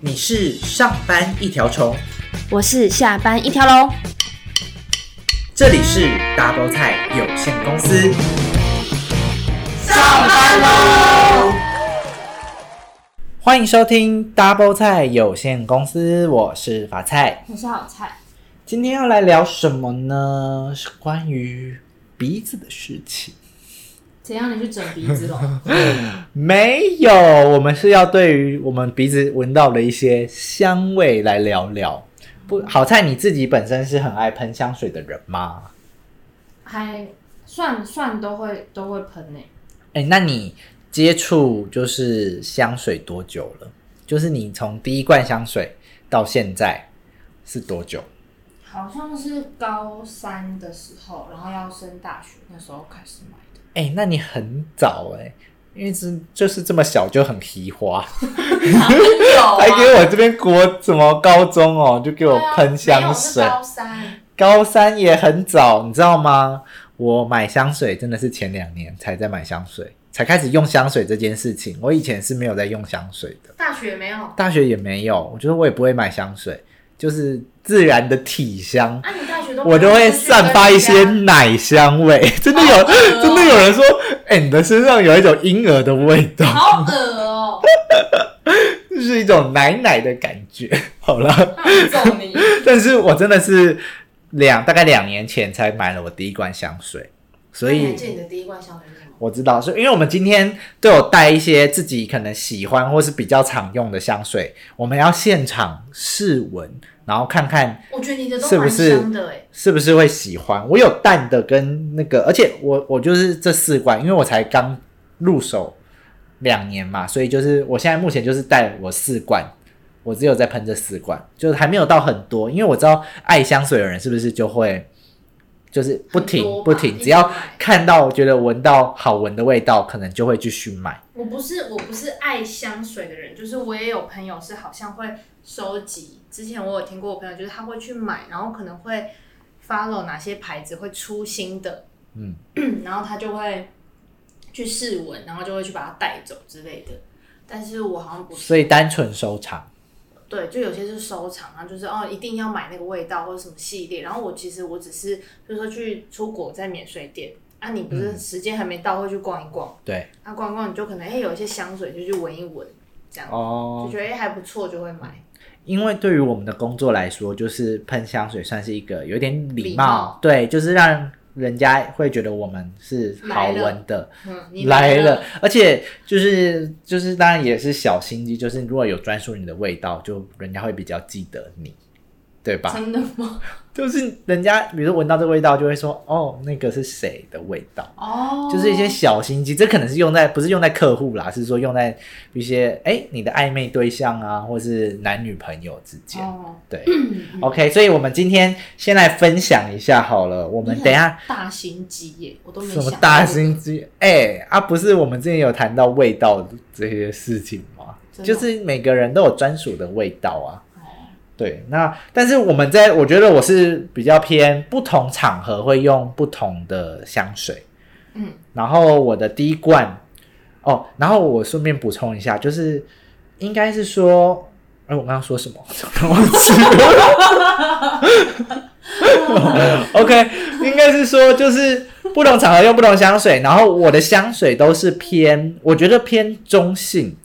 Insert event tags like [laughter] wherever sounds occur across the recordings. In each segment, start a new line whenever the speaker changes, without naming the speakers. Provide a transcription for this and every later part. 你是上班一条虫，
我是下班一条龙。
这里是 Double 菜有限公司。
上班喽！
欢迎收听 Double 菜有限公司，我是法菜。
我是好菜，
今天要来聊什么呢？是关于鼻子的事情。
怎样？你去整鼻
[laughs]
子喽？
没有，我们是要对于我们鼻子闻到的一些香味来聊聊。不好在你自己本身是很爱喷香水的人吗？
还算算都会都会喷呢、
哎、那你接触就是香水多久了？就是你从第一罐香水到现在是多久？
好像是高三的时候，然后要升大学那时候开始买的。
哎、那你很早哎、因为是就是这么小就很皮花， [laughs]
啊
还给我这边国什么高中哦，就给我喷香水。
没有是高三，
高三也很早，你知道吗？我买香水真的是前两年才在买香水，才开始用香水这件事情。我以前是没有在用香水的，
大学 [laughs] 没有。啊，
大学也没有，我觉得我也不会买香水，就是自然的体香，
啊你大学都
我都会散发一些奶香味。真的有，
好恶哦
真的有人说，哎、你的身上有一种婴儿的味道，
好恶哦、
就是一种奶奶的感觉。好了，
那我揍你！
[laughs] 但是我真的是两大概两年前才买了我第一罐香水，所
那你还
以
记得你的第一罐香水是什么？
我知道，是因为我们今天都有带一些自己可能喜欢或是比较常用的香水，我们要现场试闻，然后看看
我觉得你的都
是不
蛮
是
香的哎、
是不是会喜欢？我有淡的跟那个，而且我我就是这四罐，因为我才刚入手两年嘛，所以就是我现在目前就是带我四罐，我只有在喷这四罐，就是还没有到很多，因为我知道爱香水的人是不是就会就是不停
很多吧
不停，
一直
只要
买
看到觉得闻到好闻的味道，可能就会继续买。
我不是我不是爱香水的人，就是我也有朋友是好像会收集。之前我有听过我朋友，就是他会去买，然后可能会 follow 哪些牌子会出新的，
嗯
[clears throat] 然后他就会去试闻，然后就会去把它带走之类的。但是我好像不是，
所以单纯收藏，
对，就有些是收藏，然后就是哦，一定要买那个味道或者什么系列。然后我其实我只是就是说去出国在免税店啊，你不
嗯
是时间还没到会去逛一逛。
对
那逛逛你就可能哎、有一些香水就去闻一闻，这样、
哦
就觉得哎、还不错就会买。
因为对于我们的工作来说，就是喷香水算是一个有点礼
礼
貌，
貌
对，就是让人家会觉得我们是好闻的
嗯，你
来
了，
了，而且就是就是当然也是小心机，就是如果有专属你的味道，就人家会比较记得你，对吧？
真的吗？
就是人家比如说闻到这味道，就会说哦，那个是谁的味道。
哦
就是一些小心机，这可能是用在不是用在客户啦，是说用在一些哎、你的暧昧对象啊，或是男女朋友之间。
哦，
对，OK，所以
嗯
我们今天先来分享一下好了。我
我
们等一下
大型机耶，我都没
什
想
么
过
大心机？哎、啊，不是我们之前有谈到味道这些事情吗？
真的
就是每个人都有专属的味道啊。
哦
对，那但是我们在我觉得我是比较偏不同场合会用不同的香水。
嗯，
然后我的第一罐哦，然后我顺便补充一下，就是应该是说，哎、我刚刚说什么？ [laughs] 突然忘记 [laughs] 了。OK，应哦该是说就是不同场合用不同香水，然后我的香水都是偏，我觉得偏中性，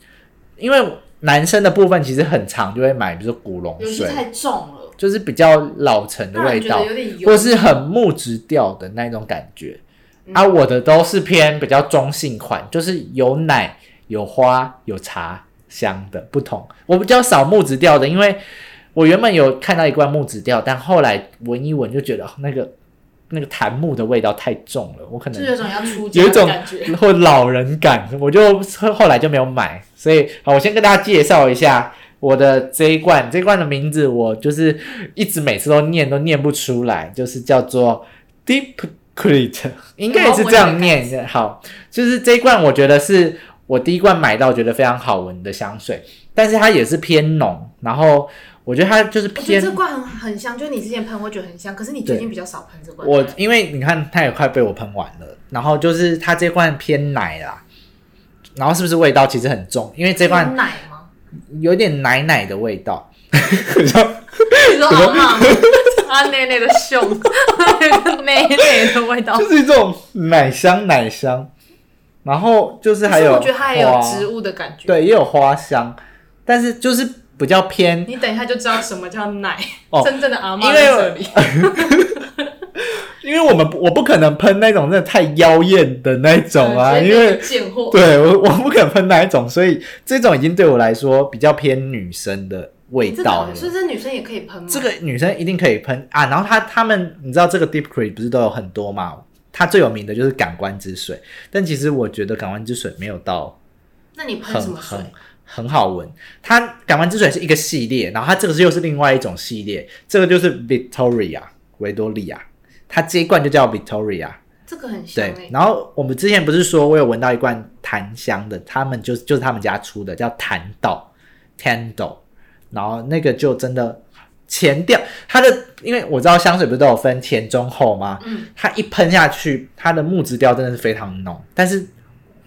因为男生的部分其实很长就会买，比如说古龙
有些
水，
太重了，
就是比较老成的
让人
味
觉
道
得，有点油，
或是很木质调的那种感觉。
嗯
啊，我的都是偏比较中性款，就是有奶、有花、有茶香的不同。我比较少木质调的，因为我原本有看到一罐木质调，但后来闻一闻就觉得哦那个那个檀木的味道太重了，我可
就
能
有种要出
有
家
一
的
种
感
[laughs]
觉。
或老人感，我就后来就没有买。所以好，我先跟大家介绍一下我的这一罐，这一罐的名字我就是一直每次都念都念不出来，就是叫做 Deep Crete，应该也是这样念的。好，就是这一罐我觉得是我第一罐买到觉得非常好闻的香水，但是它也是偏浓，然后我觉得它就是
我觉得
偏
哦这罐很很香，就是你之前喷，我觉得很香，可是你最
对
近比较少喷这罐。
我因为你看，它也快被我喷完了，然后就是它这罐偏奶啦，然后是不是味道其实很重？因为这
有
罐
奶吗？
有点奶奶的味道，
你说阿
[laughs]
妈吗？ [laughs] 阿奶奶的 [laughs] 胸，奶奶的味
[laughs]
道。
就是一种奶香奶香。然后就是还
可
有
是
花，
我觉得它也有植物的感觉。
对，也有花香，但是就是比较偏
你等一下就知道什么叫奶，
哦
真正的阿妈
因
在
为
这里。
[laughs] 因为我们不我不可能喷那种真的太妖艳的那种啊，
直接
因为
贱货。
对我我不可能喷那一种，所以这种已经对我来说比较偏女生的味
这
道
种
了。
所以这女生也可以喷吗？
这个女生一定可以喷啊！然后她她们，你知道这个 Deep Creek 不是都有很多嘛？它最有名的就是感官之水，但其实我觉得感官之水没有到
那你喷
很
什么水
很？很好闻。它感官之水是一个系列，然后它这个又是另外一种系列，这个就是 Victoria 维多利亚，它这一罐就叫 Victoria。
这个很香欸
对
诶，，
然后我们之前不是说我有闻到一罐檀香的，他们就就是他们家出的，叫檀道 （Tandle），然后那个就真的前调，它的因为我知道香水不是都有分前中后吗？
嗯，
它一喷下去，它的木质调真的是非常浓，但是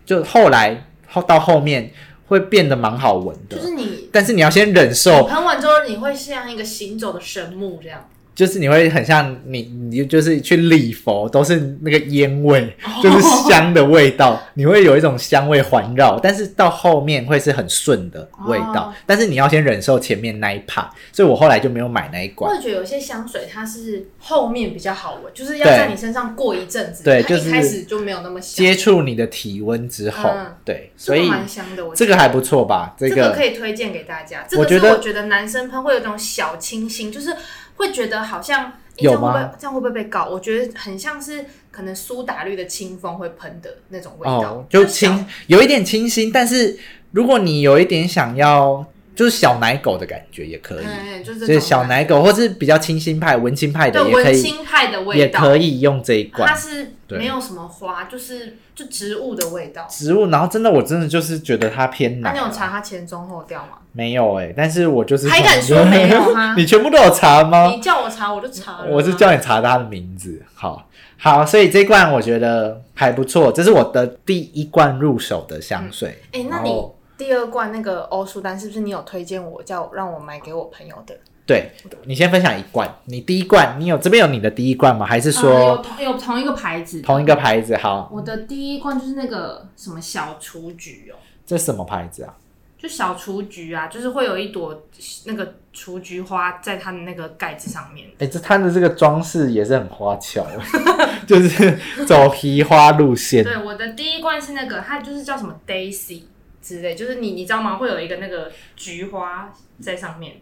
就后来后到后面会变得蛮好闻的，
就是你
但是你要先忍
你
受，
喷完之后，你会像一个行走的神木这样。
就是你会很像你，你就是去礼佛，都是那个烟味，
哦
就是香的味道，你会有一种香味环绕，但是到后面会是很顺的味道，
哦
但是你要先忍受前面那一 part，所以我后来就没有买那一
我
罐。
也觉得有些香水它是后面比较好闻，就是要
对
在你身上过一阵子，
对
它
就是
一开始就没有那么香。
接触你的体温之后，
嗯
对，
这
所
个
以
蛮香的，我
这
觉得
个还不错吧？这
这
个
个可以推荐给大家。这
我
个
觉
是
得
我觉得男生喷会有一种小清新，就是会觉得好像。诶
有
这样会不
吗
会这样会不会被告？我觉得很像是可能苏打绿的清风会喷的那种味道，
哦，就
小
清有一点清新，但是如果你有一点想要，就是小奶狗的感觉也可以。
嗯，就是这
就是
种
小奶狗，或是比较清新派、文青派的
对
也可
文
以，
青派的味
也
道
可，以用这一
它
罐
是
对
没有什么花，就是就植物的味道。
植物，然后真的我真的就是觉得它偏
那
奶
你
啊、
有查它前中后调吗？
没有哎、但是我就是
还敢说没有
[laughs]
吗
你全部都有查吗？
你叫我查我就查了啊。
哦我是叫你查它的名字，好好，所以这罐我觉得还不错，这是我的第一罐入手的香水。
哎、那
然
你
后
第二罐那个欧舒丹是不是你有推荐我叫让我买给我朋友的？
对你先分享一罐，你第一罐，你有这边有你的第一罐吗？还是
呃、有
说
同有同一个牌子，
同一个。牌子？好，
我的第一罐就是那个什么小雏菊哦，
这什么牌子啊？
就小雏菊啊，就是会有一朵那个雏菊花在它的那个盖子上面。
哎、这它的这个装饰也是很花俏， [laughs] 就是走皮花路线。
对，我的第一罐是那个，它就是叫什么 Daisy 之类，就是你你知道吗？会有一个那个菊花在上面，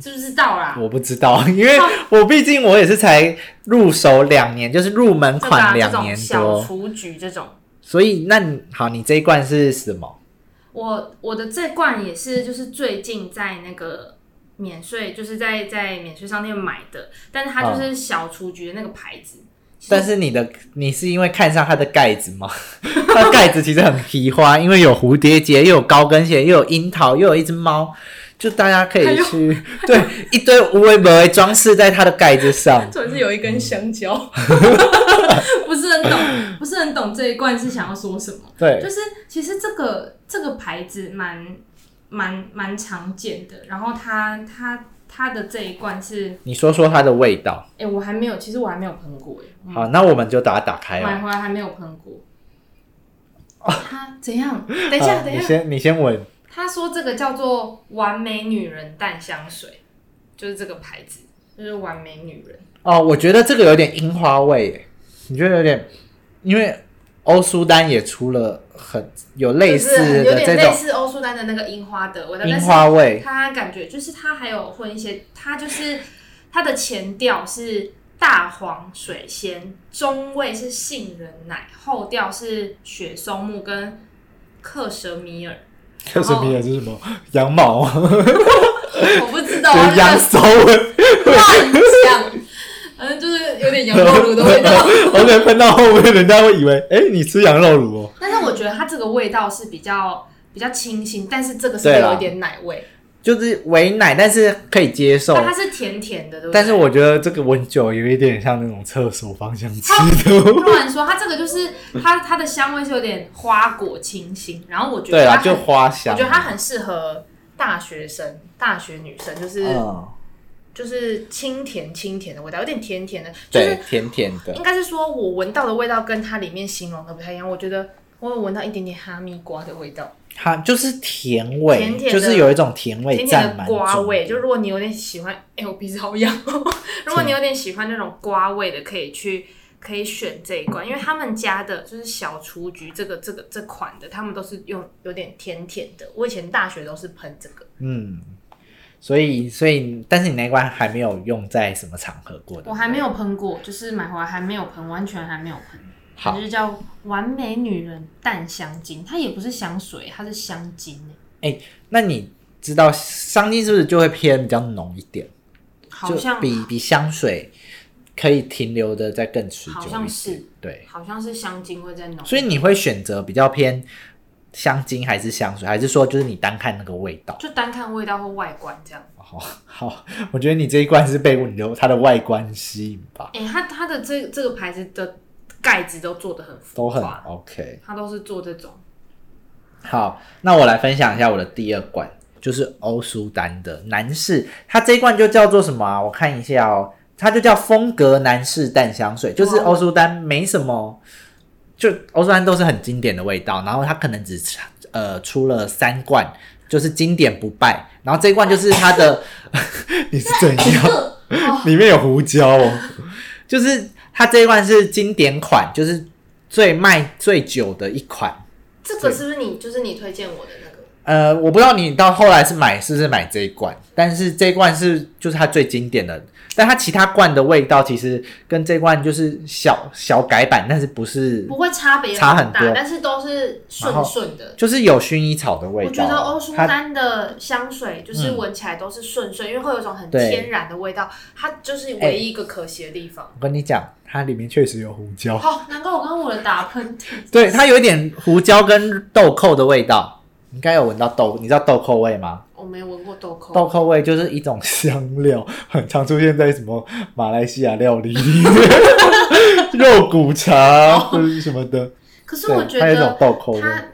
知不知道啦？
我不知
[laughs]
道，因为我毕竟我也是才入手两年，就是入门
这个啊
款
这
两
种
年
小
多，
雏菊这种。
所以那你好，你这一罐是什么？
我我的这罐也是，就是最近在那个免税，就是在在免税商店买的，但是它
啊
就是小雏菊的那个牌子。其实
但是你的你是因为看上它的盖子吗？ [laughs] 它盖子其实很皮花，因为有蝴蝶结，又有高跟鞋，又有樱桃，又有一只猫，就大家可
还
以
有
去 [laughs] 对一堆无为不为装饰在它的盖子上。
[laughs] 重点是有一根香蕉， [laughs] 不是很懂，不是很懂这一罐是想要说什么。
对
[laughs] 就是其实这个这个牌子蛮蛮蛮常见的，然后它它它的这一罐是，
你说说它的味道。
哎、我还没有，其实我还没有喷过哎、
好，那我们就把它打开
买
哦。
回来还没有喷过。他怎样？等一下，
好
等一
哦啊你
下，
先你先闻，
他说这个叫做“完美女人淡香水”，就是这个牌子，就是完美女人。
哦，我觉得这个有点樱花味耶，你觉得有点？因为欧舒丹也出了很有类似
就
的
是有
这
点类
种
似欧舒丹的那个樱花的味道，
樱
但
花
是
味，
它感觉就是它还有混一些，它就是它的前调是大黄水仙，中味是杏仁奶，后调是雪松木跟克什米
[laughs]
尔，
克
哦
什米尔是什么？羊毛，
我不知道啊，
有
这个
羊骚味，
乱讲，反正就是有点羊肉炉的味道。
我可能喷到后面，人家会以为，哎，你吃羊肉炉哦。
但是我觉得它这个味道是比较比较清新，但是这个是
对啦
有一点奶味，
就是微奶，但是可以接受
那。它是甜甜的，对不对？
但是我觉得这个温酒有一点像那种厕所芳香剂 [laughs] 的，
乱说，它这个就是它它的香味是有点花果清新，然后我觉
对
得它
啦，
很
就花香。
我觉得它很适合大学生、大学女生，就是、
嗯，
就是清甜清甜的味道，有点甜甜的，就
对
是，
甜甜的
应，该是说我闻到的味道跟它里面形容的不太一样，我觉得。我有闻到一点点哈密瓜的味道，
它就是甜味，
甜甜的
就是有一种甜味
甜甜
占
的
满
瓜
整
味。就如果你有点喜欢，哎、我鼻子好痒哦。如果你有点喜欢那种瓜味的，可以去可以选这一款，因为他们家的就是小雏菊这个这个这款的，他们都是用有点甜甜的。我以前大学都是喷这个，
嗯，所以所以，但是你那一罐还没有用在什么场合过的，
我还没有喷过，就是买回来还没有喷，完全还没有喷。它
好
就是叫完美女人淡香精，它也不是香水，它是香精欸耶。
那你知道香精是不是就会偏比较浓一点？
好
就
像
比比香水可以停留的再更持久一
好
点。
像是
对，
好像是香精会在浓，
所以你会选择比较偏香精还是香水，还是说就是你单看那个味道？
就单看味道或外观这样。
好、好，我觉得你这一罐是被你的它的外观吸引吧，
哎、它它的这这个牌子的盖子都做的很浮
都很
夸，
OK。
它都是做这种。
好，那我来分享一下我的第二罐，就是欧舒丹的男士，它这一罐就叫做什么啊？我看一下哦，它就叫风格男士淡香水，就是欧舒丹没什么，就欧舒丹都是很经典的味道，然后它可能只呃出了三罐，就是经典不败，然后这一罐就是它的， [laughs] 你是怎样？里面有胡椒哦，就是它这一罐是经典款，就是最卖最久的一款。
这个是不是你就是你推荐我的那个？
呃，我不知道你到后来是买是不是买这一罐，但是这一罐是就是它最经典的，但它其他罐的味道其实跟这罐就是小小改版，但是不是
不会差别
差
很
很
大，
多
但是都是顺顺的。
就是有薰衣草的味道。
我觉得欧舒
它嗯
丹的香水就是闻起来都是顺顺，因为会有一种很天然的味道，它就是
哎
唯一一个可惜的地方。
我跟你讲，它里面确实有胡椒，
好，难怪我刚刚我的打喷嚏，
对，它有一点胡椒跟豆蔻的味道，你应该有闻到豆，你知道豆蔻味吗？
我没闻过豆蔻，
豆蔻味就是一种香料，很常出现在什么马来西亚料 [laughs] 理里面，肉骨茶或者是什么的。
可是我觉
对，它有一种
得
豆蔻味。
他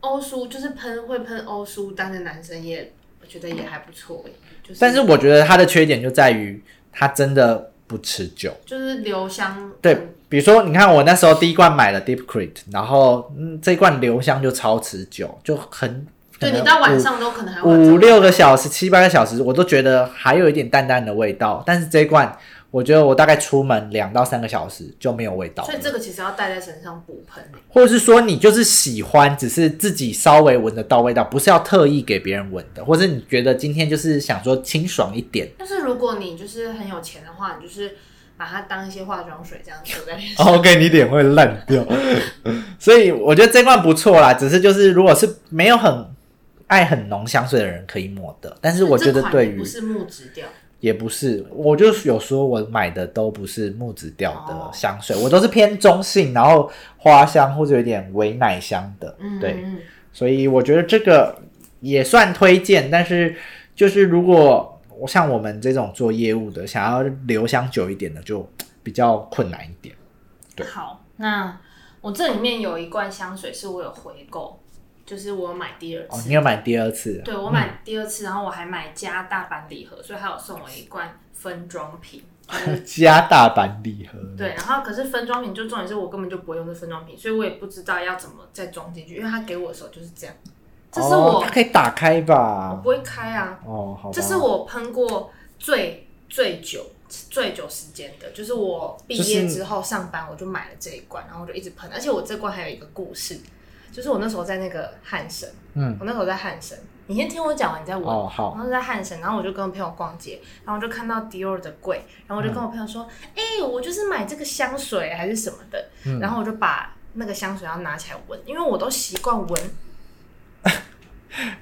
欧舒就是喷会喷欧舒丹的男生也，我觉得也还不错哎、就是
但是我觉得它的缺点就在于它真的不持久。
就是留香嗯
对，比如说你看我那时候第一罐买了 Deep Creek，然后嗯这一罐留香就超持久，就很
对
可能
你到晚
五
上都可能还晚
五
上
六个小时、七八个小时，我都觉得还有一点淡淡的味道。但是这一罐，我觉得我大概出门两到三个小时就没有味道了。
所以这个其实要带在身上补喷、欸。
或者是说你就是喜欢，只是自己稍微闻得到味道，不是要特意给别人闻的，或者你觉得今天就是想说清爽一点
但是如果你就是很有钱的话，你就是把它当一些化妆水这样丢在脸
[laughs]
上。
，OK，你脸会烂掉。 [laughs] 所以我觉得这罐不错啦，只是就是如果是没有很爱很浓香水的人可以抹的，但是我觉得对
这款也
于
不是木质调，
也不是，我就有说我买的都不是木质调
哦
的香水，我都是偏中性，然后花香或者有点微奶香的，
嗯，
对。
嗯
所以我觉得这个也算推荐，但是就是如果我像我们这种做业务的，想要留香久一点的，就比较困难一点。对
好，那
我这里面有一罐香水是我有回购，就是我有买第二
哦，
次。
你有买嗯第二次？
对，我买第二次，然后我还买加大版礼盒，所以他有送我一罐分装瓶。就是
加大版礼盒。
对，，然后可是分装瓶就重点是我根本就不会用这分装瓶，所以我也不知道要怎么再装进去，因为他给我的时候就是这样。这是我、
哦、它可以打开
我
吧
不？会开啊，
哦，好吧。
这是我喷过最最久最久时间的，就是我毕业之后上班我就买了这一罐，然后我就一直喷，而且我这罐还有一个故事，就是我那时候在那个汉神，
嗯，
我那时候在汉神，你先听我讲完你再闻。
哦
我
好，
那时候在汉神，然后我就跟我朋友逛街，然后我就看到 Dior 的柜，然后我就跟我朋友说：“哎、我就是买这个香水还是什么的。
嗯
然后我就把那个香水要拿起来闻，因为我都习惯闻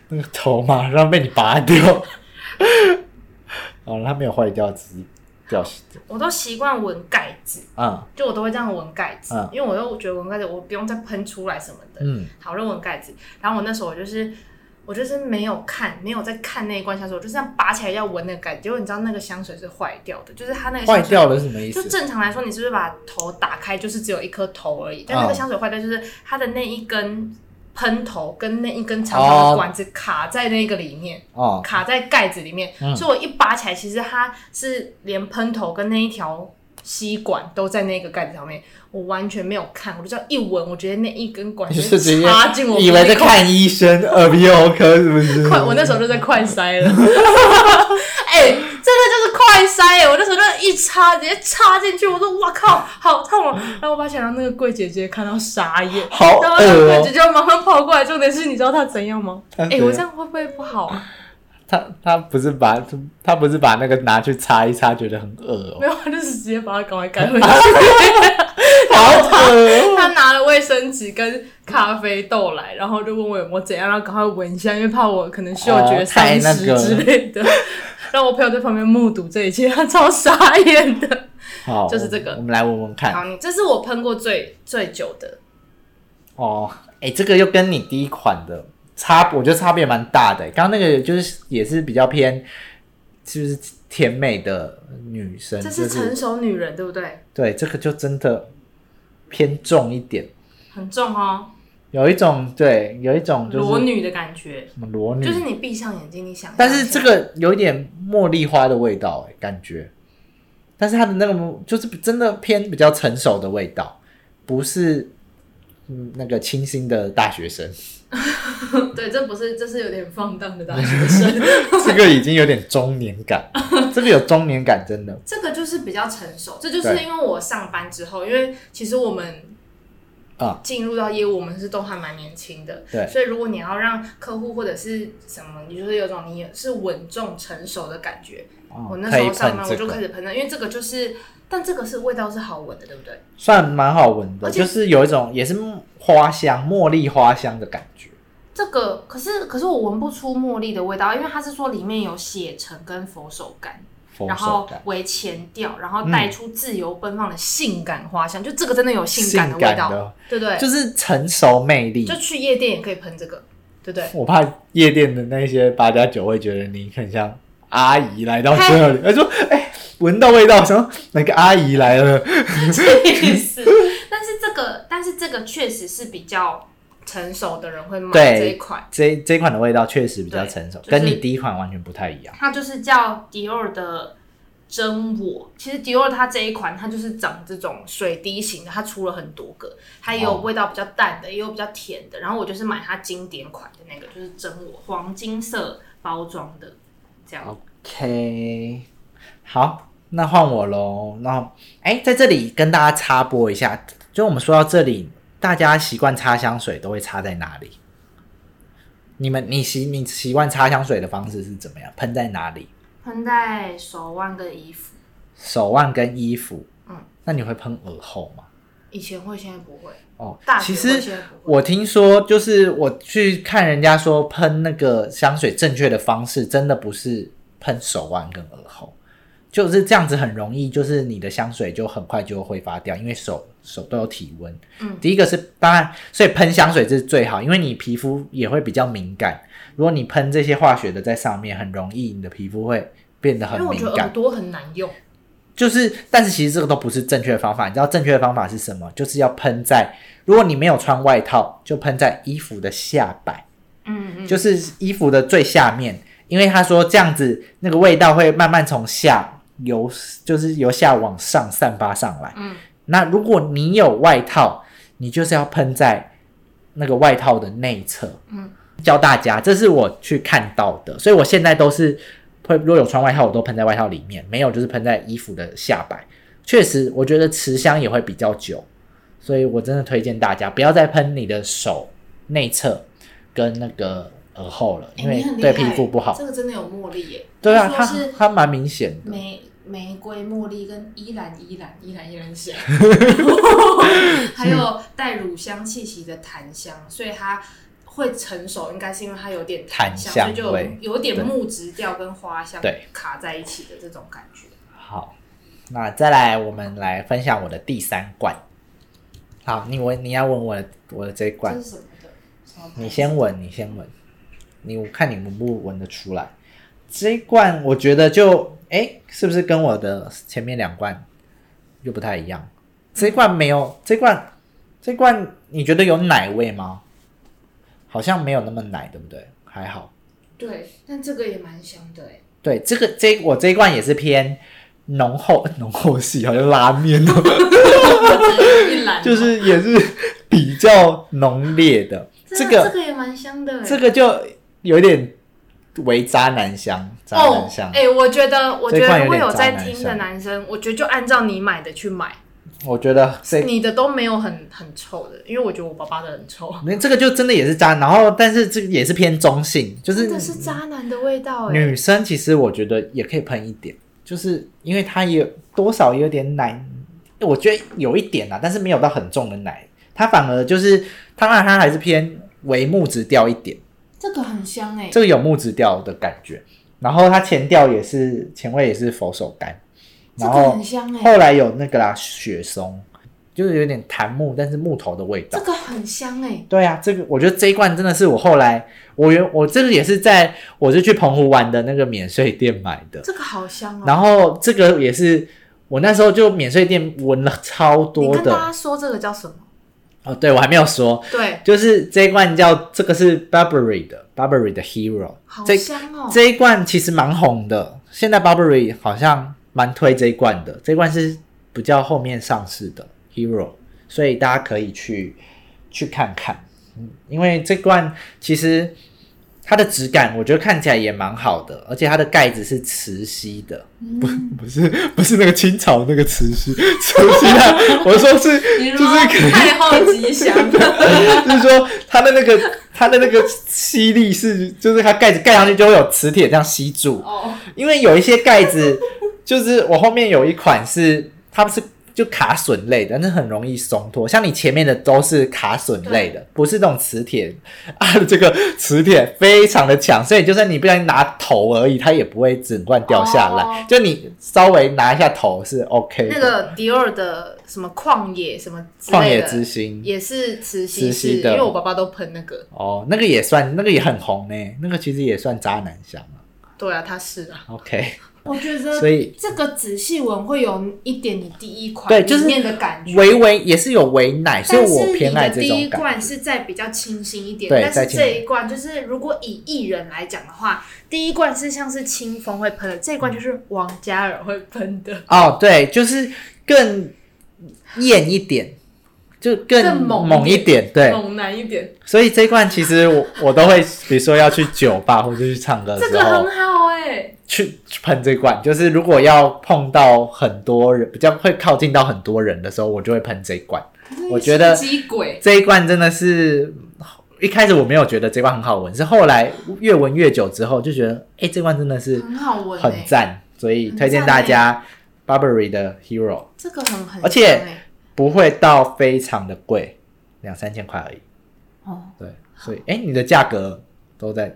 那个头马上被你拔掉。 [laughs] 哦，它没有坏掉，只是掉下来。
我都习惯闻盖子，
嗯
就我都会这样闻盖子，
嗯
因为我又觉得闻盖子我不用再喷出来什么的，
嗯
好，我就闻盖子。然后我那时候我就是我就是没有看，没有在看那一罐香水，我就这样拔起来要闻那个感觉。结果你知道那个香水是坏掉的，就是它那个香
坏
水
掉了是什么意
就
思？
正常来说，你是不是把头打开，就是只有一颗头而
嗯
已？但那个香水坏掉，就是它的那一根喷头跟那一根长长的管子卡在那个里面，
哦，
卡在盖子里面。
嗯
所以我一拔起来，其实它是连喷头跟那一条吸管都在那个盖子上面。我完全没有看，我就这样一闻，我觉得那一根管
[laughs] 你是直接
插进我
以为在
鼻孔
看医生，耳鼻喉科是不是？
快，我那时候就在快塞了。 [laughs] 哎、真的就是快塞、欸！我那时候就一插，直接插进去，我说哇靠，好痛哦！然后我把想让那个柜姐姐看到傻眼，
好
然后那
恶
个柜姐
哦，
姐就马上跑过来。重点是，你知道她怎样吗？
她
哎、
怎样
我这样会不会不好啊？
他他不是把他不是把那个拿去擦一擦，觉得很恶哦
没，有，她就是直接把它赶快
[laughs]
赶回去。
好恶哦，
她拿了卫生纸跟咖啡豆来，然后就问我有没有怎样，然后赶快闻一下，因为怕我可能嗅觉
哦
丧
太那
失
个
之类的。 [laughs] 然后我朋友在旁边目睹这一切， [laughs] 他超傻眼的。
好，
[laughs] 就是这个
我们来闻闻看
好，你这是我喷过最最久的，
嗯哦。哎，这个又跟你第一款的差，我觉得差别蛮大的。欸刚刚那个就是也是比较偏，就是甜美的女生，
这
就是
成熟女人，对不对？
对，这个就真的偏重一点，
很重哦，
有一种对，有一种就是
裸女的感觉，
什么裸女，
就是你闭上眼睛，你想，
但是这个有一点茉莉花的味道、哎，感觉，但是它的那个就是真的偏比较成熟的味道，不是嗯那个清新的大学生，
对，这不是，这是有点放荡的大学生，
这个已经有点中年感，这个有中年感，真的
这个就是比较成熟，这就是
对
因为我上班之后，因为其实我们。
啊
进入到业务，我们是都还蛮年轻的，
对
所以如果你要让客户或者是什么，你就是有种你是稳重成熟的感觉。
哦
我那
可
时
以
候上
喷
班我
这
就开
个，
始喷了，因为这个就是，但这个是味道是好闻的，对不对？
算蛮好闻的，
而且
就是有一种也是花香，茉莉花香的感觉。
这个可是可是我闻不出茉莉的味道，因为它是说里面有血橙跟佛手柑，
佛
然
手
后
柑
为前调，然后
嗯
带
带出自由奔放的性感花香，就这个真的有性感
性
的味
感
道，
的，
对不对？
就是成熟魅力
就。去夜店也可以喷这个，对
[laughs]
不对？
我怕夜店的那些八加九会觉得你很像阿姨来到这
[laughs]
里，他说：“哎、闻到味道，想说哪个阿姨来了
意思
但是这个但是这个确实是比较
成熟的人会买
对
这一款，？”
这这款的味道确实比较成熟，
对就是
跟你第一款完全不太一样。
它就是叫迪奥的真我。其实迪奥它这一款，它就是长这种水滴型的，它出了很多个，它也有
哦
味道比较淡的，也有比较甜的。然后我就是买它经典款的那个，就是真我黄金色包装的，这
哦
样。
OK，好，那换我喽。那哎、在这里跟大家插播一下，就我们说到这里，大家习惯擦香水都会擦在哪里？你们你习你习惯擦香水的方式是怎么样？喷在哪里？
喷在手腕跟衣服，
手腕跟衣服，
嗯，
那你会喷耳后吗？
以前会，现在不会。
哦
大，学
其
会
实
现在不会
我听说，就是我去看人家说喷那个香水正确的方式，真的不是喷手腕跟耳后，就是这样子很容易，就是你的香水就很快就挥发掉，因为手手都有体温。
嗯
第一个是当然，所以喷香水这是最好，因为你皮肤也会比较敏感。如果你喷这些化学的在上面，很容易你的皮肤会变得
因
很
为我
敏
觉得
感
耳。朵很难用，
就是，但是其实这个都不是正确的方法。你知道正确的方法是什么？就是要喷在，如果你没有穿外套，就喷在衣服的下摆，
嗯嗯，
就是衣服的最下面，因为他说这样子那个味道会慢慢从下由，就是由下往上散发上来。
嗯，
那如果你有外套，你就是要喷在那个外套的内侧。
嗯，
教大家，这是我去看到的，所以我现在都是会，如果有穿外套，我都喷在外套里面；没有就是喷在衣服的下摆。确实，我觉得持香也会比较久，所以我真的推荐大家不要再喷你的手内侧跟那个耳后了，因
哎
为
你很厉
对
害
皮肤不好。
这个真的有茉莉耶，
对啊，
听
它
说是
它蛮明显的。
玫玫瑰、茉莉跟依兰、依兰、依兰、依
[laughs]
兰 [laughs] 香，
还有
嗯
带乳香气息的檀香，所以它会成熟，应该是因为它有点
檀
香，
香
所以就
味
有有点
对
木质调跟花香
对
卡在一起的这种感觉。
好，那再来，我们来分享我的第三罐。好，你闻，你要闻我的我的这一
这
罐
是，什么的？什么牌子
你先闻，你先闻。你我看你闻不闻得出来？这一罐我觉得就哎，是不是跟我的前面两罐又不太一样？这一罐没有，这一罐这一罐你觉得有奶味吗？好像没有那么奶，对不对？还好。
对，但这个也蛮香的
[laughs]
哎。
对，这个这我这一罐也是偏浓厚 [laughs] 浓厚系，好像拉面哦， [laughs]
一篮
就是也是比较浓烈的。这
真的
个
啊
这个也蛮香的哎。
这个就有点为渣男香，渣
哦
男，香。
哎、我觉得，我觉
这一
得
款
如
有
果
点
有在
渣男
听的
香
男生，我觉得就按照你买的去买，
我觉得这
你的都没有很很臭的，因为我觉得我爸爸的很臭，
那这个就真的也是渣，然后但是这个也是偏中性，就
真
是
的是渣男的味道哎、
女生其实我觉得也可以喷一点，就是因为它也有多少有点奶，我觉得有一点啊啦，但是没有到很重的奶，它反而就是当然它还是偏为木质调一点，
这个很香哎。
这个有木质调的感觉，然后它前调也是前味也是佛手柑，
这
然
个
后
很香哎、
后来有那个啦雪松，就是有点檀木，但是木头的味道
这。个很香哎、
对啊，这个我觉得这一罐真的是我后来我原我这个也是在我是去澎湖玩的那个免税店买的，
这个好香哦、
然后这个也是我那时候就免税店闻了超
你
多
跟大
的
家说这个叫什么？
哦，对我还没有说，
对，
就是这一罐叫这个是 Burberry 的 Burberry 的 Hero，
好
这
香哦、
这一罐其实蛮红的，现在 Burberry 好像蛮推这一罐的，这一罐是比较后面上市的 Hero，所以大家可以去去看看，嗯，因为这罐其实它的质感我觉得看起来也蛮好的，而且它的盖子是磁吸的，
嗯
不不是不是那个清朝那个磁吸，磁吸
[laughs]
啊，我说是
你
就
说
是可以
太后吉祥，
[laughs] 就是说它的那个它的那个吸力是，就是它盖子盖上去就会有磁铁这样吸住。
哦，
因为有一些盖子，就是我后面有一款是它是就卡榫类的，但是很容易松脱。像你前面的都是卡榫类的，不是那种磁铁啊，这个磁铁非常的强，所以就算你不小心拿头而已，它也不会整罐掉下来。
哦
就你稍微拿一下头是 OK 的。
[laughs] 那个迪奥的什么旷野什么之
旷
类
野
的，
之心
也是慈禧
慈禧
式，
的
因为我爸爸都喷那个。
哦，那个也算，那个也很红呢，那个其实也算渣男香啊。
对啊，他是啊，
OK，
我觉得
所以
这个仔细闻会有一点你第一款
对就是
里面的感觉。
维维也是有维奶，所以
但是
我
你
偏
的
爱这
第一
种
罐
感。
是在比较清新一点，
对
但
再
是
清
这一罐就是如果以艺人来讲的话，第一罐是像是清风会喷的，这一罐就是王嘉尔会喷的，
哦，对，就是更艳一点，就
更
更
猛一
猛一点，对。
猛男一点，
所以这一罐其实我我都会，比如说要去酒吧或者去唱歌的
这
时
个
候，
很好哎、
欸
去去喷这罐。就是如果要碰到很多人，比较会靠近到很多人的时候，我就会喷这一罐。我觉得
吸鬼，
这一罐真的是一开始我没有觉得这罐很好闻，是后来越闻越久之后就觉得，哎、这罐真的是
很好闻、欸，
很赞，所以推荐大
哎
家 Burberry 的 Hero，
这个很很香欸、
而且不会到非常的贵，两三千块而已。
哦，
对，所以哎、诶你的价格都在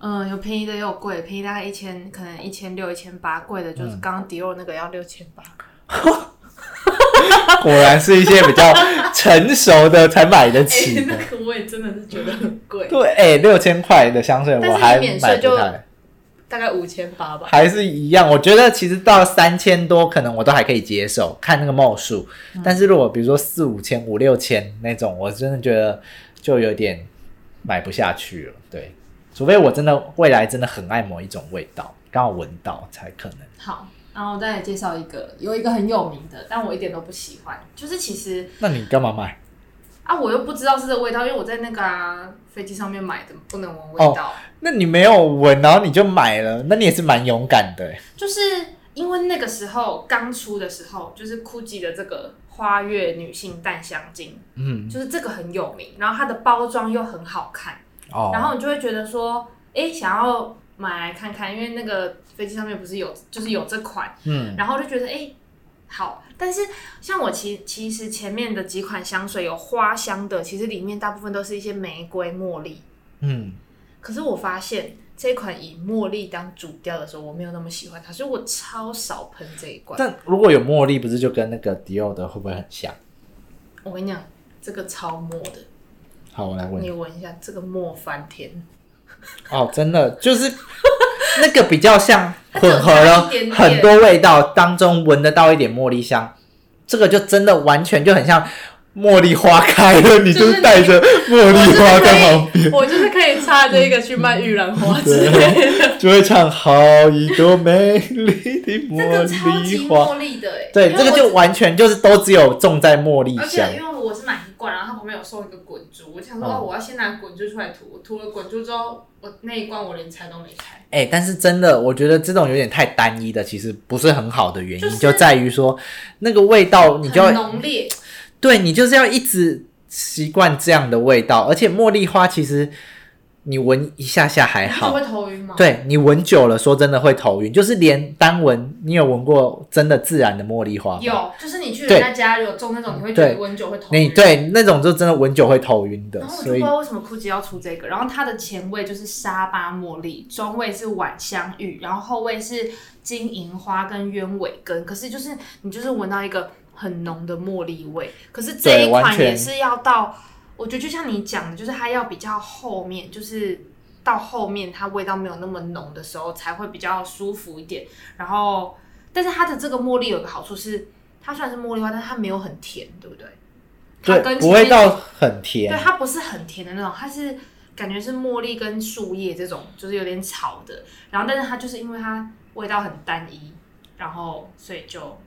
嗯，有便宜的也有贵，便宜大概一千，可能一千六、一千八，贵的
嗯
就是刚刚迪奥那个要六千八，
果然是一些比较成熟的才买得起
[laughs]
的。
哎个我也真的是觉得很贵，
对，哎、六千块的香水
但是
我还
你免
买
税
不
就
太，
[laughs] 大概五千八吧。
还是一样。我觉得其实到三千多，可能我都还可以接受，看那个帽数。但是如果比如说四五千、五六千那种，我真的觉得就有点买不下去了。对，除非我真的未来真的很爱某一种味道，刚好闻到才可能。
好，然后我再来介绍一个，有一个很有名的，但我一点都不喜欢，就是其实
那你干嘛买？
啊，我又不知道是这个味道，因为我在那个、啊、飞机上面买的，不能闻
哦
味道。
[laughs] 那你没有闻，然后你就买了，那你也是蛮勇敢的欸。
就是因为那个时候刚出的时候，就是 GUCCI 的这个花月女性淡香精，
嗯，
就是这个很有名，然后它的包装又很好看，
哦，
然后你就会觉得说，诶，想要买来看看，因为那个飞机上面不是有，就是有这款，
嗯，
然后我就觉得哎、诶好，但是像我其其实前面的几款香水有花香的，其实里面大部分都是一些玫瑰、茉莉。
嗯，
可是我发现这一款以茉莉当主调的时候，我没有那么喜欢它，所以我超少喷这一罐。
但如果有茉莉，不是就跟那个迪奥的会不会很像？
我跟你讲，这个超末的，
好，我来闻
你。闻一下，这个末翻天。
哦，真的就是那个比较像混合
它 [laughs]
了
只有一点点
很多味道当中闻得到一点茉莉香，这个就真的完全就很像茉莉花开了，你
就是
就是带着茉莉花在旁边，
我就是可以插着一个去卖玉兰花之类的。
就会唱好一朵美丽的
这
茉
个超级
莉花。
茉莉的
欸
哎、
对，
因
这
为
个
我
就完全就是都只有种在茉莉
而
香
且，因为我是买一罐，然后它旁边有送一个滚珠，我想说、
嗯
哦，我要先拿滚珠出来涂，我涂了滚珠之后，我那一罐我连拆都没拆。
哎、但是真的，我觉得这种有点太单一的，其实不是很好的原因，
就是
在于说那个味道，你就要
很浓烈，
对你就是要一直习惯这样的味道，而且茉莉花其实你闻一下下还
你
好
会，头晕吗？，
对你闻久了，说真的会头晕，就是连单闻，你有闻过真的自然的茉莉花吗？
有，就是你去人家家有种那种，你会觉得闻久会头
你
晕。
对那种就真的闻久会头晕的，
然后
所
我就不知
以
道为什么 Gucci 要出这个，然后它的前味就是沙巴茉莉，中味是晚香玉，然后后味是金银花跟鸢尾根。可是就是你就是闻到一个很浓的茉莉味，可是这
对
一
完
款
全
也是要到，我觉得就像你讲的，就是它要比较后面，就是到后面它味道没有那么浓的时候才会比较舒服一点。然后，但是它的这个茉莉有个好处是，它虽然是茉莉花，但是它没有很甜，对不对？它
对
跟
不
前
会
面
到很甜
对，。它不是很甜的那种，它是感觉是茉莉跟树叶这种，就是有点草的。然后，但是它就是因为它味道很单一，然后所以就，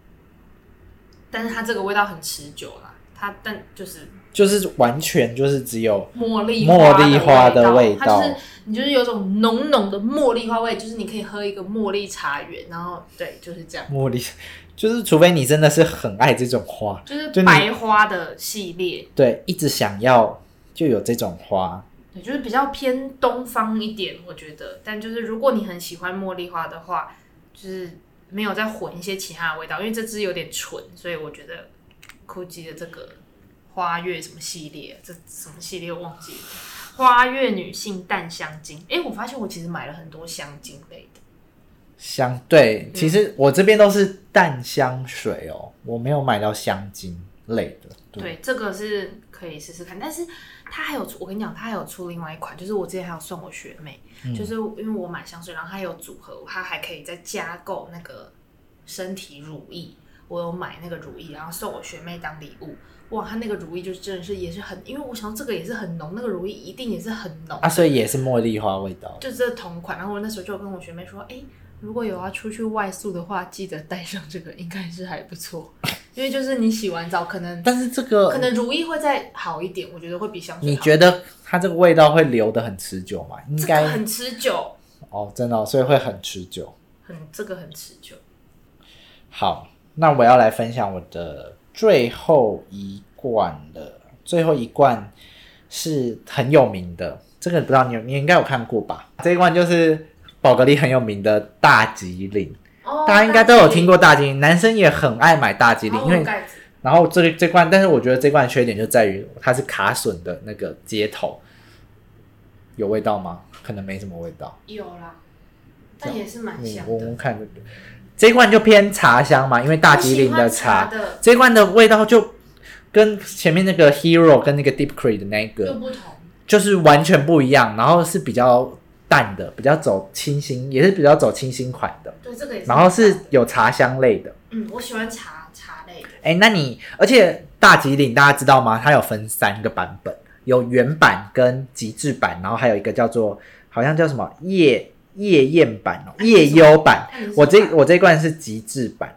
但是它这个味道很持久啦。它但就是
就是完全就是只有
茉莉
茉莉花的
的
味
它
道
就是你就是有种浓浓的茉莉花味，就是你可以喝一个茉莉茶园，然后对，就是这样，
茉莉， [laughs] 就是除非你真的是很爱这种花，
就是
就你
白花的系列，
对，一直想要就有这种花，
对，就是比较偏东方一点，我觉得。但就是如果你很喜欢茉莉花的话，就是没有再混一些其他的味道，因为这支有点纯，所以我觉得 GUCCI 的这个花月什么系列，这什么系列我忘记了。花月女性淡香精，哎、我发现我其实买了很多香精类的，
相
嗯
对，其实我这边都是淡香水哦，我没有买到香精类的。
对，，这个是可以试试看。但是它还有出，我跟你讲，它还有出另外一款，就是我之前还有送我学妹，
嗯
就是因为我买香水，然后它有组合，它还可以再加购那个身体乳液。我有买那个乳液，然后送我学妹当礼物。哇，它那个乳液就真的是也是很，因为我想到这个也是很浓，那个乳液一定也是很浓，
啊，所以也是茉莉花味道。
就这同款。然后我那时候就跟我学妹说，哎、如果有要出去外宿的话，记得带上这个，应该是还不错。因为就是你洗完澡可能
但是这
可
个，
能如意会再好一点，我觉得会比香水
你
好。
觉得它这个味道会留得很持久吗？应
这
该、
个很持久，
哦，真的、哦，所以会很持久。
很这个很持久。
好，那我要来分享我的最后一罐了。最后一罐是很有名的，这个不知道你有你应该有看过吧？这一罐就是宝格丽很有名的大吉岭。
哦
大家应该都有听过大吉林，男生也很爱买大吉林，因为
盖子
然后这这罐，但是我觉得这罐的缺点就在于它是卡榫的那个接头，有味道吗？可能没什么味道，
有啦，但也是蛮
你
香
闻
的。
闻看。这罐就偏茶香嘛，因为大吉林的茶，
我喜欢的
这罐的味道就跟前面那个 Hero 跟那个 Deep Creek 的那个
又不同，
就是完全不一样，然后是比较淡的，比较走清新，也是比较走清新款的，
对这个也是。
然后是有茶香类的。
嗯，我喜欢茶茶类的，
哎，那你而且大吉岭大家知道吗？它有分三个版本，有原版跟极致版，然后还有一个叫做好像叫什么夜夜宴版哦，夜优版
那你是。
我这
什么版
我这一罐是极致版，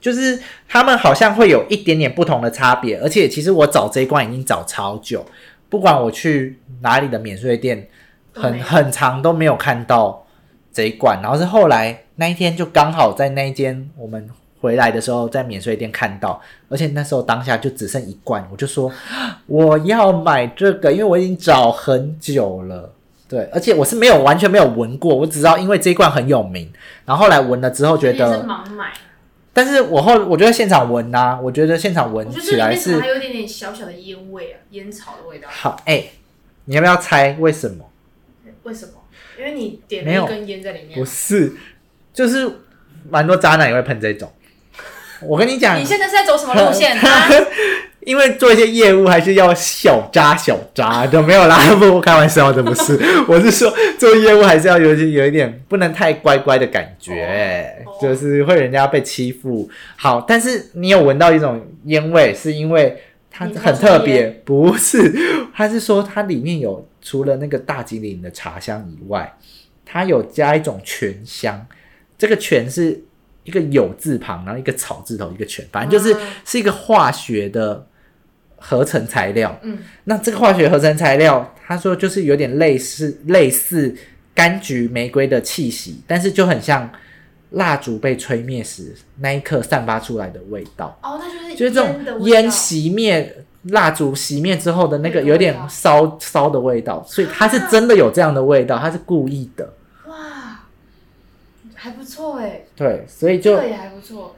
就是他们好像会有一点点不同的差别，而且其实我找这一罐已经找超久，不管我去哪里的免税店，
都
很
没有
很长都没有看到这一罐，然后是后来那一天就刚好在那一间我们回来的时候，在免税店看到，而且那时候当下就只剩一罐，我就说啊我要买这个，因为我已经找很久了。对，而且我是没有完全没有闻过，我只知道因为这一罐很有名，然后后来闻了之后觉
也是
得，
盲买。
但是我后我觉得现场闻呐、我觉得现场闻
我觉得这
起
里
来
面怎么
是
还有一点点小小的烟味啊，烟草的味道。
好哎、你要不要猜为什么？
为什么？因为你点
没有
了一根烟在里面啊
不。是，就是蛮多渣男也会喷这种。我跟你讲 [laughs]
你，现在是在走什么路线啊？
因为做一些业务还是要小扎小扎的，没
[laughs]
有啦，不开玩笑的，不是，我是说做业务还是要有有一点不能太乖乖的感觉，
哦哦
就是会人家被欺负。好，但是你有闻到一种烟味，是因为它
你
很
抽
特
烟
别，不是，它是说它里面有除了那个大吉岭的茶香以外，它有加一种泉香，这个泉是一个有字旁，然后一个草字头，一个泉，反正就是
嗯
是一个化学的合成材料。
嗯，
那这个化学合成材料，他说就是有点类似类似柑橘玫瑰的气息，但是就很像蜡烛被吹灭时那一刻散发出来的味道。
哦，那就是
就是这
的味
种
道
烟熄灭、蜡烛熄灭之后的那个
那个啊
有点
味道
烧烧的味道，所以它是真的有这样的味道，它是故意的。
哇，还不错哎，
对，所以
这
就
个也还不错，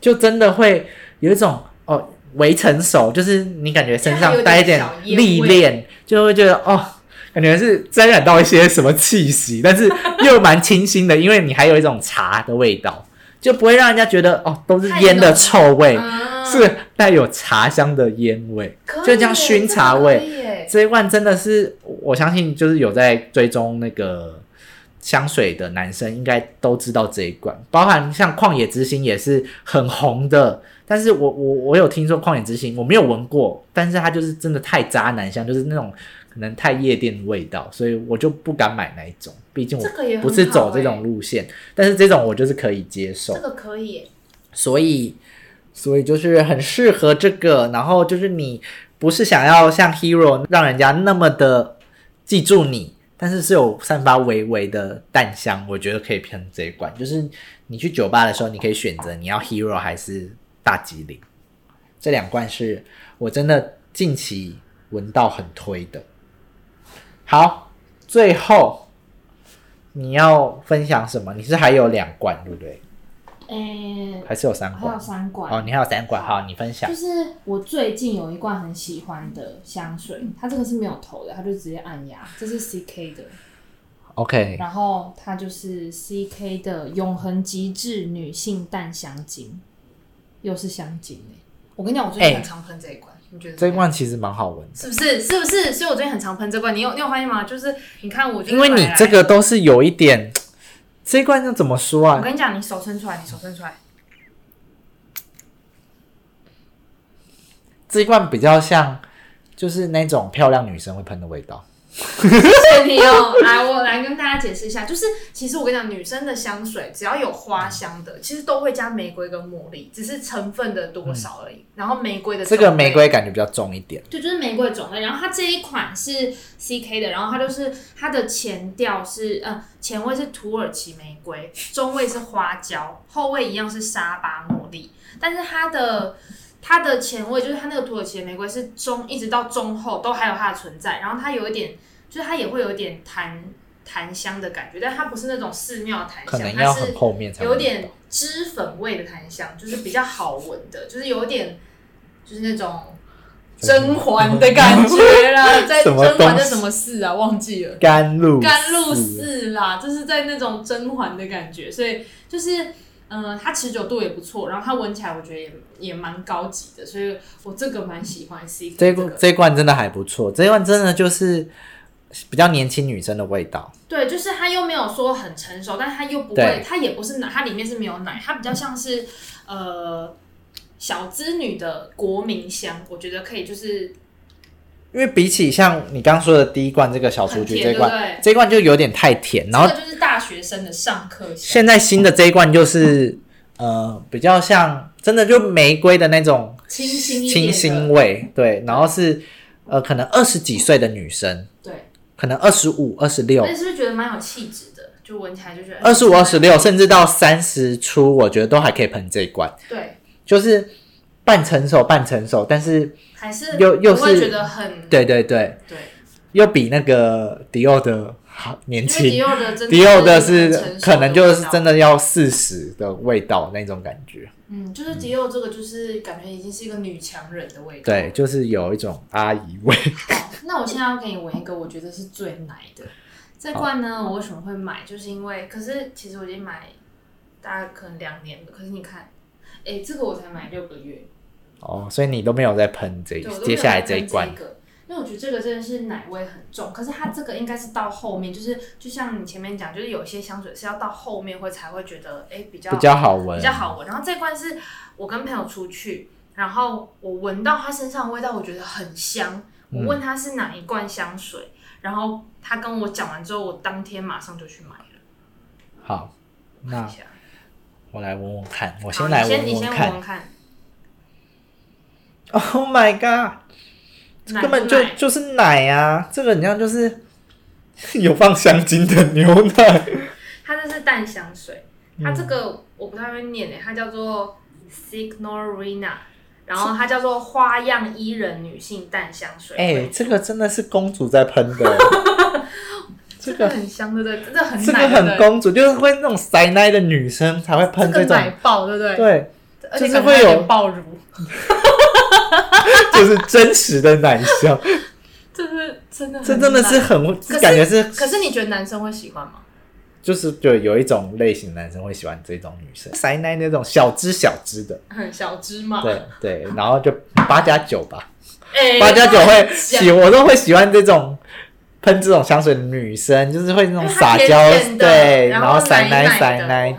就真的会有一种哦未成熟，就是你感觉身上带一点历练，就会觉得哦，感觉是沾染到一些什么气息，但是又蛮清新的，因为你还有一种茶的味道，就不会让人家觉得哦都是烟的臭味，
啊
嗯
是带有茶香的烟味。
可以
就这样
耶
熏茶
这个
味
可以耶
这一罐真的是，我相信就是有在追踪那个香水的男生，应该都知道这一罐，包含像旷野之心也是很红的。但是我我我有听说旷野之心，我没有闻过，但是它就是真的太渣男香，就是那种可能太夜店的味道，所以我就不敢买那一种，毕竟
这个也
我
很
不是走
好
这
欸
种路线。但是这种我就是可以接受
这。个可以耶，
所以，所以就是很适合这个。然后就是你不是想要像 Hero 让人家那么的记住你，但是是有散发微微的淡香，我觉得可以喷这一款。就是你去酒吧的时候，你可以选择你要 Hero 还是大吉岭，这两罐是我真的近期闻到很推的。好，最后你要分享什么？你是还有两罐对不对？
诶、
还是有三
呃还
罐
有？三罐。
哦，你还有三罐，好，你分享
就。是我最近有一罐很喜欢的香水，它这个是没有头的，它就直接按压，这是 CK 的，
OK，
然后它就是 CK 的永恒极致女性淡香精，又是香精哎、
我跟你讲，我最近
哎
很常喷这一款，你觉得
这
怎
一
么样
罐其实蛮好闻的，
是不是？是不是？所以我最近很常喷这罐，你有你有发现吗？就是你看我，
因为你这，个都是有一点，这一罐要怎么说
我
啊？
跟你讲，你手伸出来，你手伸出来，
这一罐比较像，就是那种漂亮女生会喷的味道。
谢谢你哦。来，我来跟大家解释一下，就是其实我跟你讲，女生的香水只要有花香的，其实都会加玫瑰跟茉莉，只是成分的多少而已。然后玫瑰的
这个
种类
玫瑰感觉比较重一点，
对，就是玫瑰种类。然后它这一款是 CK 的，然后它就是它的前调是呃前味是土耳其玫瑰，
中味是花椒，后味一样是沙巴茉莉，但是它的它的前味就是它那个土耳其的玫瑰是中一直到中后都还有它的存在，然后它有一点就是它也会有一点檀檀香的感觉，但它不是那种寺庙檀
可能
香，
要
它
很
是
后面才
有
闻得
点
到。
脂粉味的檀香，就是比较好闻的，就是有点就是那种。甄嬛的感觉
[laughs]
啦，在
什
甄
么
嬛
东
的
西
什么寺啊？忘记了。
甘露
甘露
寺，
寺啦，就是在那种甄嬛的感觉，所以就是。嗯，它持久度也不错，然后它闻起来我觉得也也蛮高级的，所以我这个蛮喜欢 CK
这一
这
罐
个。
这一罐真的还不错，这一罐真的就是比较年轻女生的味道。
对，就是它又没有说很成熟，但它又不
对
会，它也不是奶，它里面是没有奶，它比较像是呃小资女的国民香，我觉得可以，就是
因为比起像你刚刚说的第一罐这个小雏
很
菊
甜，
这
对
一
不
罐，
对？
这一罐就有点太甜，然后
这个就是大学生的上课香，
现在新的这一罐就是呃比较像真的就玫瑰的那种
清新一点
清
的
新味，对，然后是呃可能二十几岁的女生，
对，
可能二十五、二十六
那、是不是觉得蛮有气质的？就闻起来就觉得
二十五、二十六，甚至到三十出，我觉得都还可以喷这一罐，
哎对，
就是半成熟、半成熟，但是
还是
又又
不会
是
觉得很
对对对，
对，
又比那个迪奥的好年
因为迪
轻。
奥的真的
迪奥的
是
是
很成熟
可能
的
就
味
是
道
真，的要四十的味道那种感觉，
嗯，就是迪奥这个就是感觉已经是一个女强人的味道。
对，，就是有一种阿姨味。
好，那我现在要给你闻一个，我觉得是最奶的
这罐呢，我为什么会买，就是因为，可是其实我已经买大概可能两年了，可是你看，哎，这个我才买六个月，
哦，所以你都没有在喷这
对，我都
接下来这一
没有看
罐，
这个，因为我觉得这个真的是奶味很重，可是它这个应该是到后面，就是就像你前面讲，就是有些香水是要到后面会才会觉得哎、比较
比较好闻
比，较好闻。然后这罐是我跟朋友出去，然后我闻到他身上的味道，我觉得很香。我
嗯
问他是哪一罐香水，然后他跟我讲完之后，我当天马上就去买了。
好，那
看一下
我来闻闻看，我
好
先来
你先
闻
你
闻
先
看
闻。看，
Oh my god！
奶
根本
不
就
奶
就是奶啊，这个很像就是 [laughs] 有放香精的牛奶。
[laughs] 它这是淡香水，它
嗯
这个我不太会念欸诶、它叫做 Signorina，然后它叫做花样伊人女性淡香水。
哎、这个真的是公主在喷
[laughs]
的，这
这个
个
很香，对不对？这个很
这
奶，
个
对不对
很公主，就是会那种塞奶的女生才会喷
这
这
个
种，
奶爆，对不对？
对，
而且
就是
可能
会
还
有
点爆乳，
就是真实的奶
[laughs]
香，
这是真的很
这真的是
奶。
很
是
感觉是
可是你觉得男生会喜欢吗？
就是就有一种类型男生会喜欢这种女生，塞奶那种小只小只的，
很小芝麻，
哦
对对，然后就八加九吧。
哎
八加九会
这
喜，我都会喜欢这种喷这种香水的女生，就是会那种撒娇，
因为它甜甜的
对，
然
然
后
后撒
奶
奶
奶
撒
的
奶，
来我来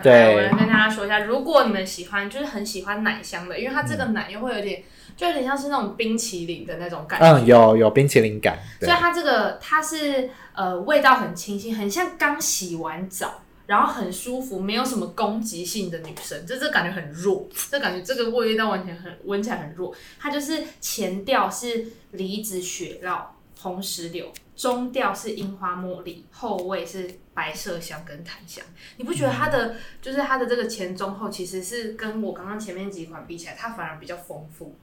对，
跟大家说一下，如果你们喜欢，就是很喜欢奶香的，因为它这个奶又会有点，就有点像是那种冰淇淋的那种感觉。
嗯，有有冰淇淋感，对
所以，它这个它是呃味道很清新，很像刚洗完澡，然后很舒服，没有什么攻击性的女生，这这感觉很弱，这感觉这个味道完全很闻起来很弱。它就是前调是梨子雪酪红石榴，中调是樱花茉莉，后味是白麝香跟檀香。你不觉得它的、就是它的这个前中后其实是跟我刚刚前面几款比起来，它反而比较丰富？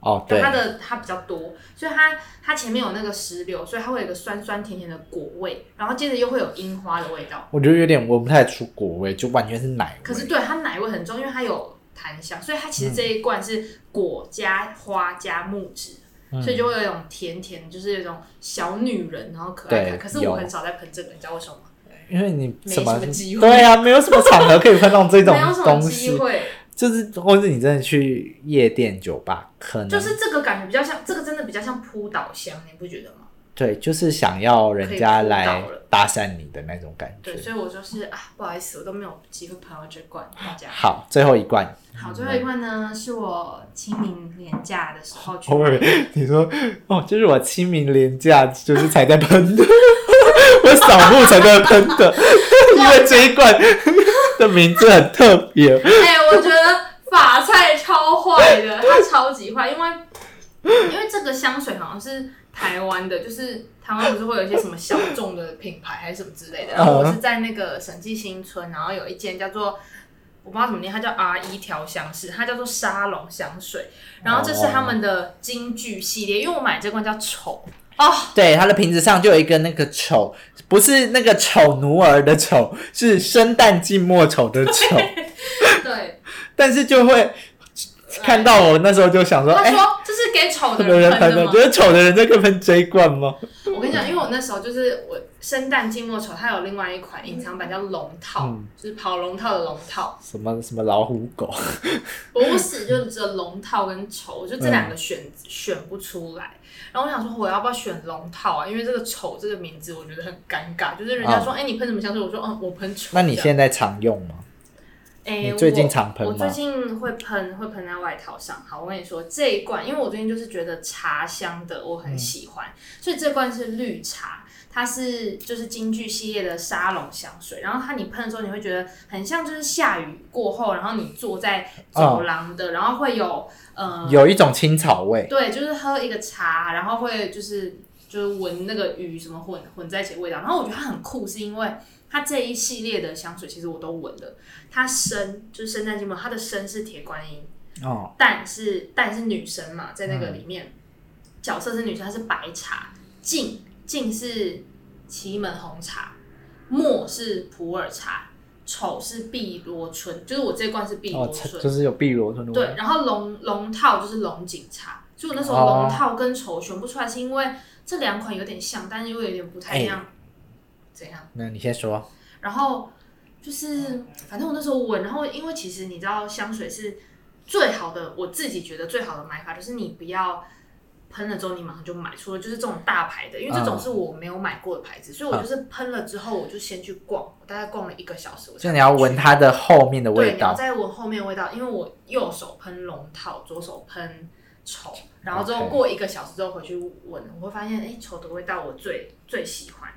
哦
对，
对
它，的它比较多，所以它它前面有那个石榴，所以它会有一个酸酸甜甜的果味，然后接着又会有樱花的味道。
我觉得有点闻不太出果味，就完全是奶
可是
味，
对它奶味很重，因为它有檀香，所以它其实这一罐是果加花加木质，
嗯
所以就会有一种甜甜，就是有一种小女人，然后可爱
对
感。可是
有
我很少在喷这个，你知道为什么吗？
因为你
没
么
什么机会
对啊，没有什么场合可以喷到这种
[laughs] 没有什么
东
机
西，
会，
就是或者你真的去夜店酒吧，可
就
能
是这个感觉比较像，这个真的比较像扑倒香，你不觉得吗？
对，就是想要人家
可以扑
来
倒了
搭讪你的那种感觉
对，。所以我就是啊，不好意思，我都没有机会喷到这罐，大家。
好，最后一罐。
好，最后一罐呢，是我清明年假的时候去
我以 [laughs] 为你说哦，就是我清明廉假就是才在喷 [laughs] 的，我扫墓才在喷 [laughs] 的，因为这一 [laughs] 罐的名字很特别。
[laughs] 哎、我觉得法菜超坏的，它超级坏，因为因为这个香水好像是台湾的，就是台湾不是会有一些什么小众的品牌还是什么之类的。然后我是在那个审计新村，然后有一间叫做。我不知道怎么念，它叫 R 一调香室，它叫做沙龙香水，然后这是他们的京剧系列，因为我买这罐叫丑哦，
对，它的瓶子上就有一个那个丑，不是那个丑奴儿的丑，是生旦净末丑的丑，
对，
但是就会看到我那时候就想说，
他
哎、
说这是给丑的
很多
人
人喷
喷的
的，
吗
觉？得丑的人在喷这一罐吗？
我跟
嗯
你讲，因为我那时候就是我生旦净末丑，它有另外一款隐藏版叫龙套，
嗯
就是跑龙套的龙套，
什么什么老虎狗， [laughs]
不是就是只有龙套跟丑，我就这
嗯
两个选、选不出来。然后我想说，我要不要选龙套啊？因为这个丑这个名字我觉得很尴尬，就是人家说，哎、你喷什么香水？我说，嗯，我喷丑。
啊那你
这样，
现在常用吗？
哎、
你最近
我
常喷
我最
吗？
近会喷，会喷在外套上。好，我跟你说这一罐，因为我最近就是觉得茶香的我很喜欢，
嗯
所以这罐是绿茶，它是就是京剧系列的沙龙香水。然后它你喷的时候，你会觉得很像就是下雨过后，然后你坐在
啊
走廊的，然后会有呃，
有一种青草味。
对，就是喝一个茶，然后会就是就是闻那个雨什么混混在一起的味道。然后我觉得它很酷，是因为它这一系列的香水其实我都闻了，它生就是生旦净末，它的生是铁观音，
哦，
蛋是蛋是女生嘛，在那个里面、角色是女生，她是白茶，静静是祁门红茶，墨是普洱茶，丑是碧螺春，就是我这罐是碧
哦，
螺
它
春，
就是有碧螺春的味
对，然后龙龙套就是龙井茶，所以我那时候
哦
龙套跟丑选不出来，是因为这两款有点像，但是又有点不
哎
太一样，怎样？
那你先说，
然后就是，反正我那时候闻，然后因为其实你知道香水是最好的我自己觉得最好的买法就是你不要喷了之后你马上就买，除了就是这种大牌的，因为这种
嗯
是我没有买过的牌子，所以我就是喷了之后我就先去逛，我大概逛了一个小时，我才
就你要闻它的后面的
对，
味
你要
道，
再闻后面的味道，因为我右手喷龙套，左手喷稠，然后之后
OK
过一个小时之后回去闻，我会发现，哎，稠的味道我最最喜欢。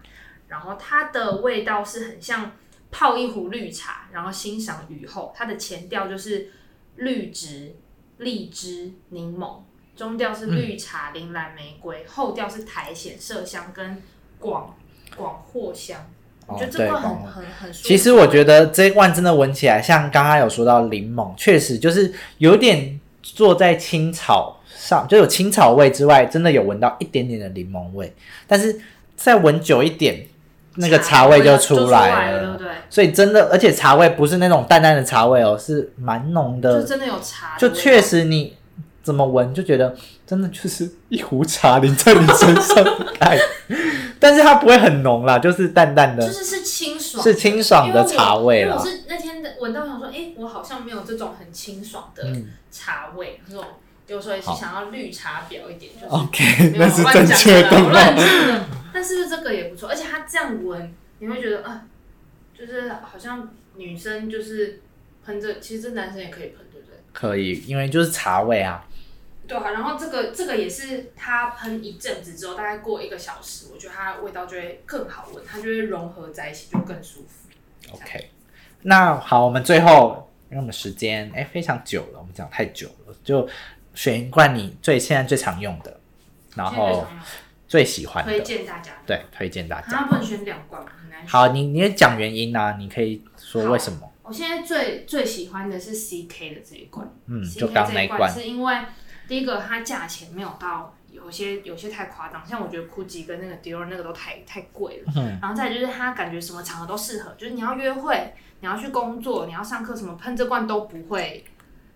然后它的味道是很像泡一壶绿茶，然后欣赏雨后。它的前调就是绿植、荔枝、柠檬，中调
嗯
是绿茶、铃兰玫瑰，后调是苔藓、麝香跟广广藿香。我
哦
觉得这
对
块
懂
很
了
很很舒服。
其实我觉得这一罐真的闻起来，像刚刚有说到柠檬，确实就是有点坐在青草上，就有青草味之外，真的有闻到一点点的柠檬味，但是再闻久一点，那个茶味就出来
了，对不。对？
所以真的，而且茶味不是那种淡淡的茶味哦，是蛮浓
就
的，
真的有茶的
就
味道
确实你怎么闻就觉得真的就是一壶茶淋在你身上的
[laughs]
感觉，但是它不会很浓啦，就是淡淡
就
的，
是是清爽，
是清爽的茶味
因为
啦
我。是那天的闻到想说，哎、我好像没有这种很清爽的
嗯
茶味，那种有时候也是
好
想要绿茶婊一点，就是
OK，
没有
那是
我
正
乱讲
确
的啦，
的
我
吗？
乱讲的。但是不是这个也不错？而且它这样闻，你会觉得啊、就是好像女生就是喷这，其实这男生也可以喷，对不对？
可以，因为就是茶味啊。
对啊，然后这个这个也是它喷一阵子之后，大概过一个小时，我觉得它味道就会更好闻，它就会融合在一起，就更舒服。
OK，那好，我们最后因为我们时间哎、非常久了，我们讲太久了，就选一罐你最现在最常用的，然
这
后
个非常好
最喜欢
推
的，
荐大家，
对，推荐大
它
家。
不能选两罐嘛，很难选。
好，你你也讲原因啊，你可以说为什么？
我现在最最喜欢的是 CK 的这一罐，
嗯，
CK
就刚
这
那一
一
罐，
是因为第一个它价钱没有到，有些有些太夸张，像我觉得 GUCCI 跟那个 Dior 那个都太太贵了。
嗯
然后再来就是它感觉什么场合都适合，就是你要约会、你要去工作、你要上课什么喷这罐都不会，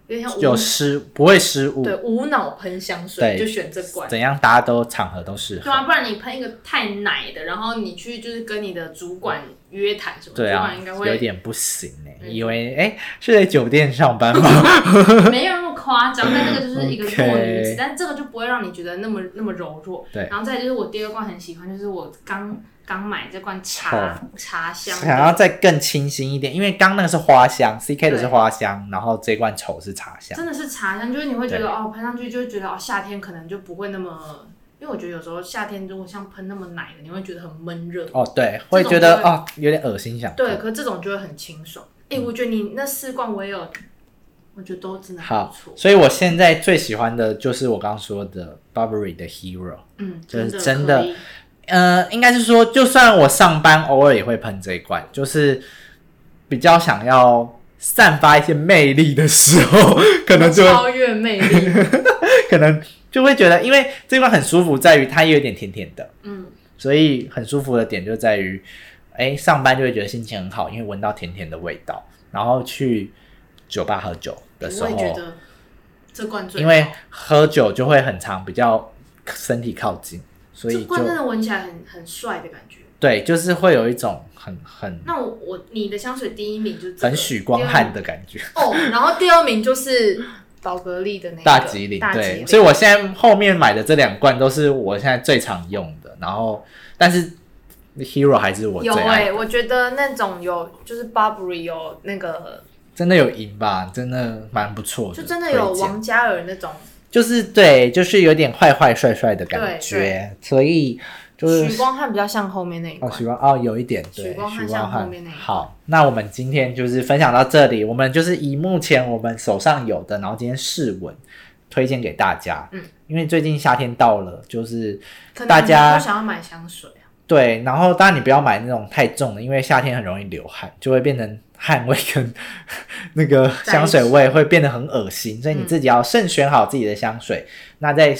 有点像无
有失不会失误
对，无脑喷香
对
水就选这罐。
怎样大家都场合都适
对
合。
啊，不然你喷一个太奶的，然后你去就是跟你的主管约谈什么，
对
主
啊
管应该，
有
会
点不行哎、
嗯
以为哎、是在酒店上班吗？
没有那么夸张，但那个就是一个弱
[laughs]
女
OK
子，但这个就不会让你觉得那么那么柔弱。
对
然后再来就是我第二罐很喜欢，就是我刚刚买这罐茶
哦
茶香的，
想要再更清新一点，因为刚那个是花香，CK 的是花香，然后这罐丑是茶香。
真的是茶香，就是你会觉
对
得哦，喷上去就会觉得哦，夏天可能就不会那么，因为我觉得有时候夏天如果像喷那么奶的，你会觉得很闷热。
哦，对，会觉
这
得
种就
哦有点恶心想吐。
对，可是这种就会很清爽。哎、
嗯
我觉得你那四罐我也有，我觉得都真的还不
好
错，。
所以我现在最喜欢的就是我刚刚说的 Burberry 的 Hero。
嗯，
就是
的
真
真
的
可以
呃，应该是说，就算我上班偶尔也会喷这一罐，就是比较想要散发一些魅力的时候，可能 [laughs] 就会
[laughs] 超越
[laughs]
魅力。
可能就会觉得，因为这罐很舒服，在于它也有点甜甜的。
嗯，
所以很舒服的点就在于，哎，上班就会觉得心情很好，因为闻到甜甜的味道。然后去酒吧喝酒的时候
我也，觉得这罐最好，
因为喝酒就会很常比较身体靠近，所
这
以就
罐真的闻起来很很帅的感觉。
对，就是会有一种很很
那我我你的香水第一名就是、这个、
很许光汉的感觉，
哦，然后第二名就是宝格丽的那个
大吉岭
大吉
对。
岭
所以我现在后面买的这两罐都是我现在最常用的，然后但是 Hero 还是我最
有哎、
爱，
我觉得那种有就是 Burberry 有那个，
真的有赢吧，真的蛮不错的，
就真的有
推荐
王嘉尔那种
就是对，就是有点坏坏帅帅的感觉，所以就是
许光汉比较像后面那一
哦，
款，
许光哦，有一点对，
许光汉
许
像
光汉
后面那一个
好，那我们今天就是分享到这里，我们就是以目前我们手上有的，然后今天试闻推荐给大家，
嗯，
因为最近夏天到了，就是
可能
大家
你会想要买香水啊，
对，然后当然你不要买那种太重的，因为夏天很容易流汗，就会变成汗味跟 [laughs] 那个香水味会变得很恶心，所以你自己要慎选好自己的香水。那在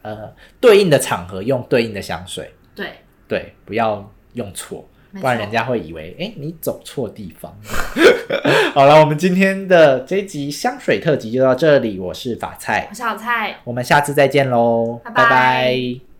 呃对应的场合用对应的香水，
对，
对，不要用错，
没
不然
错
人家会以为哎你走错地方。 [laughs] 好了，我们今天的这一集香水特辑就到这里，我是法菜
我，是小菜。
我们下次再见喽，
拜
拜
拜
拜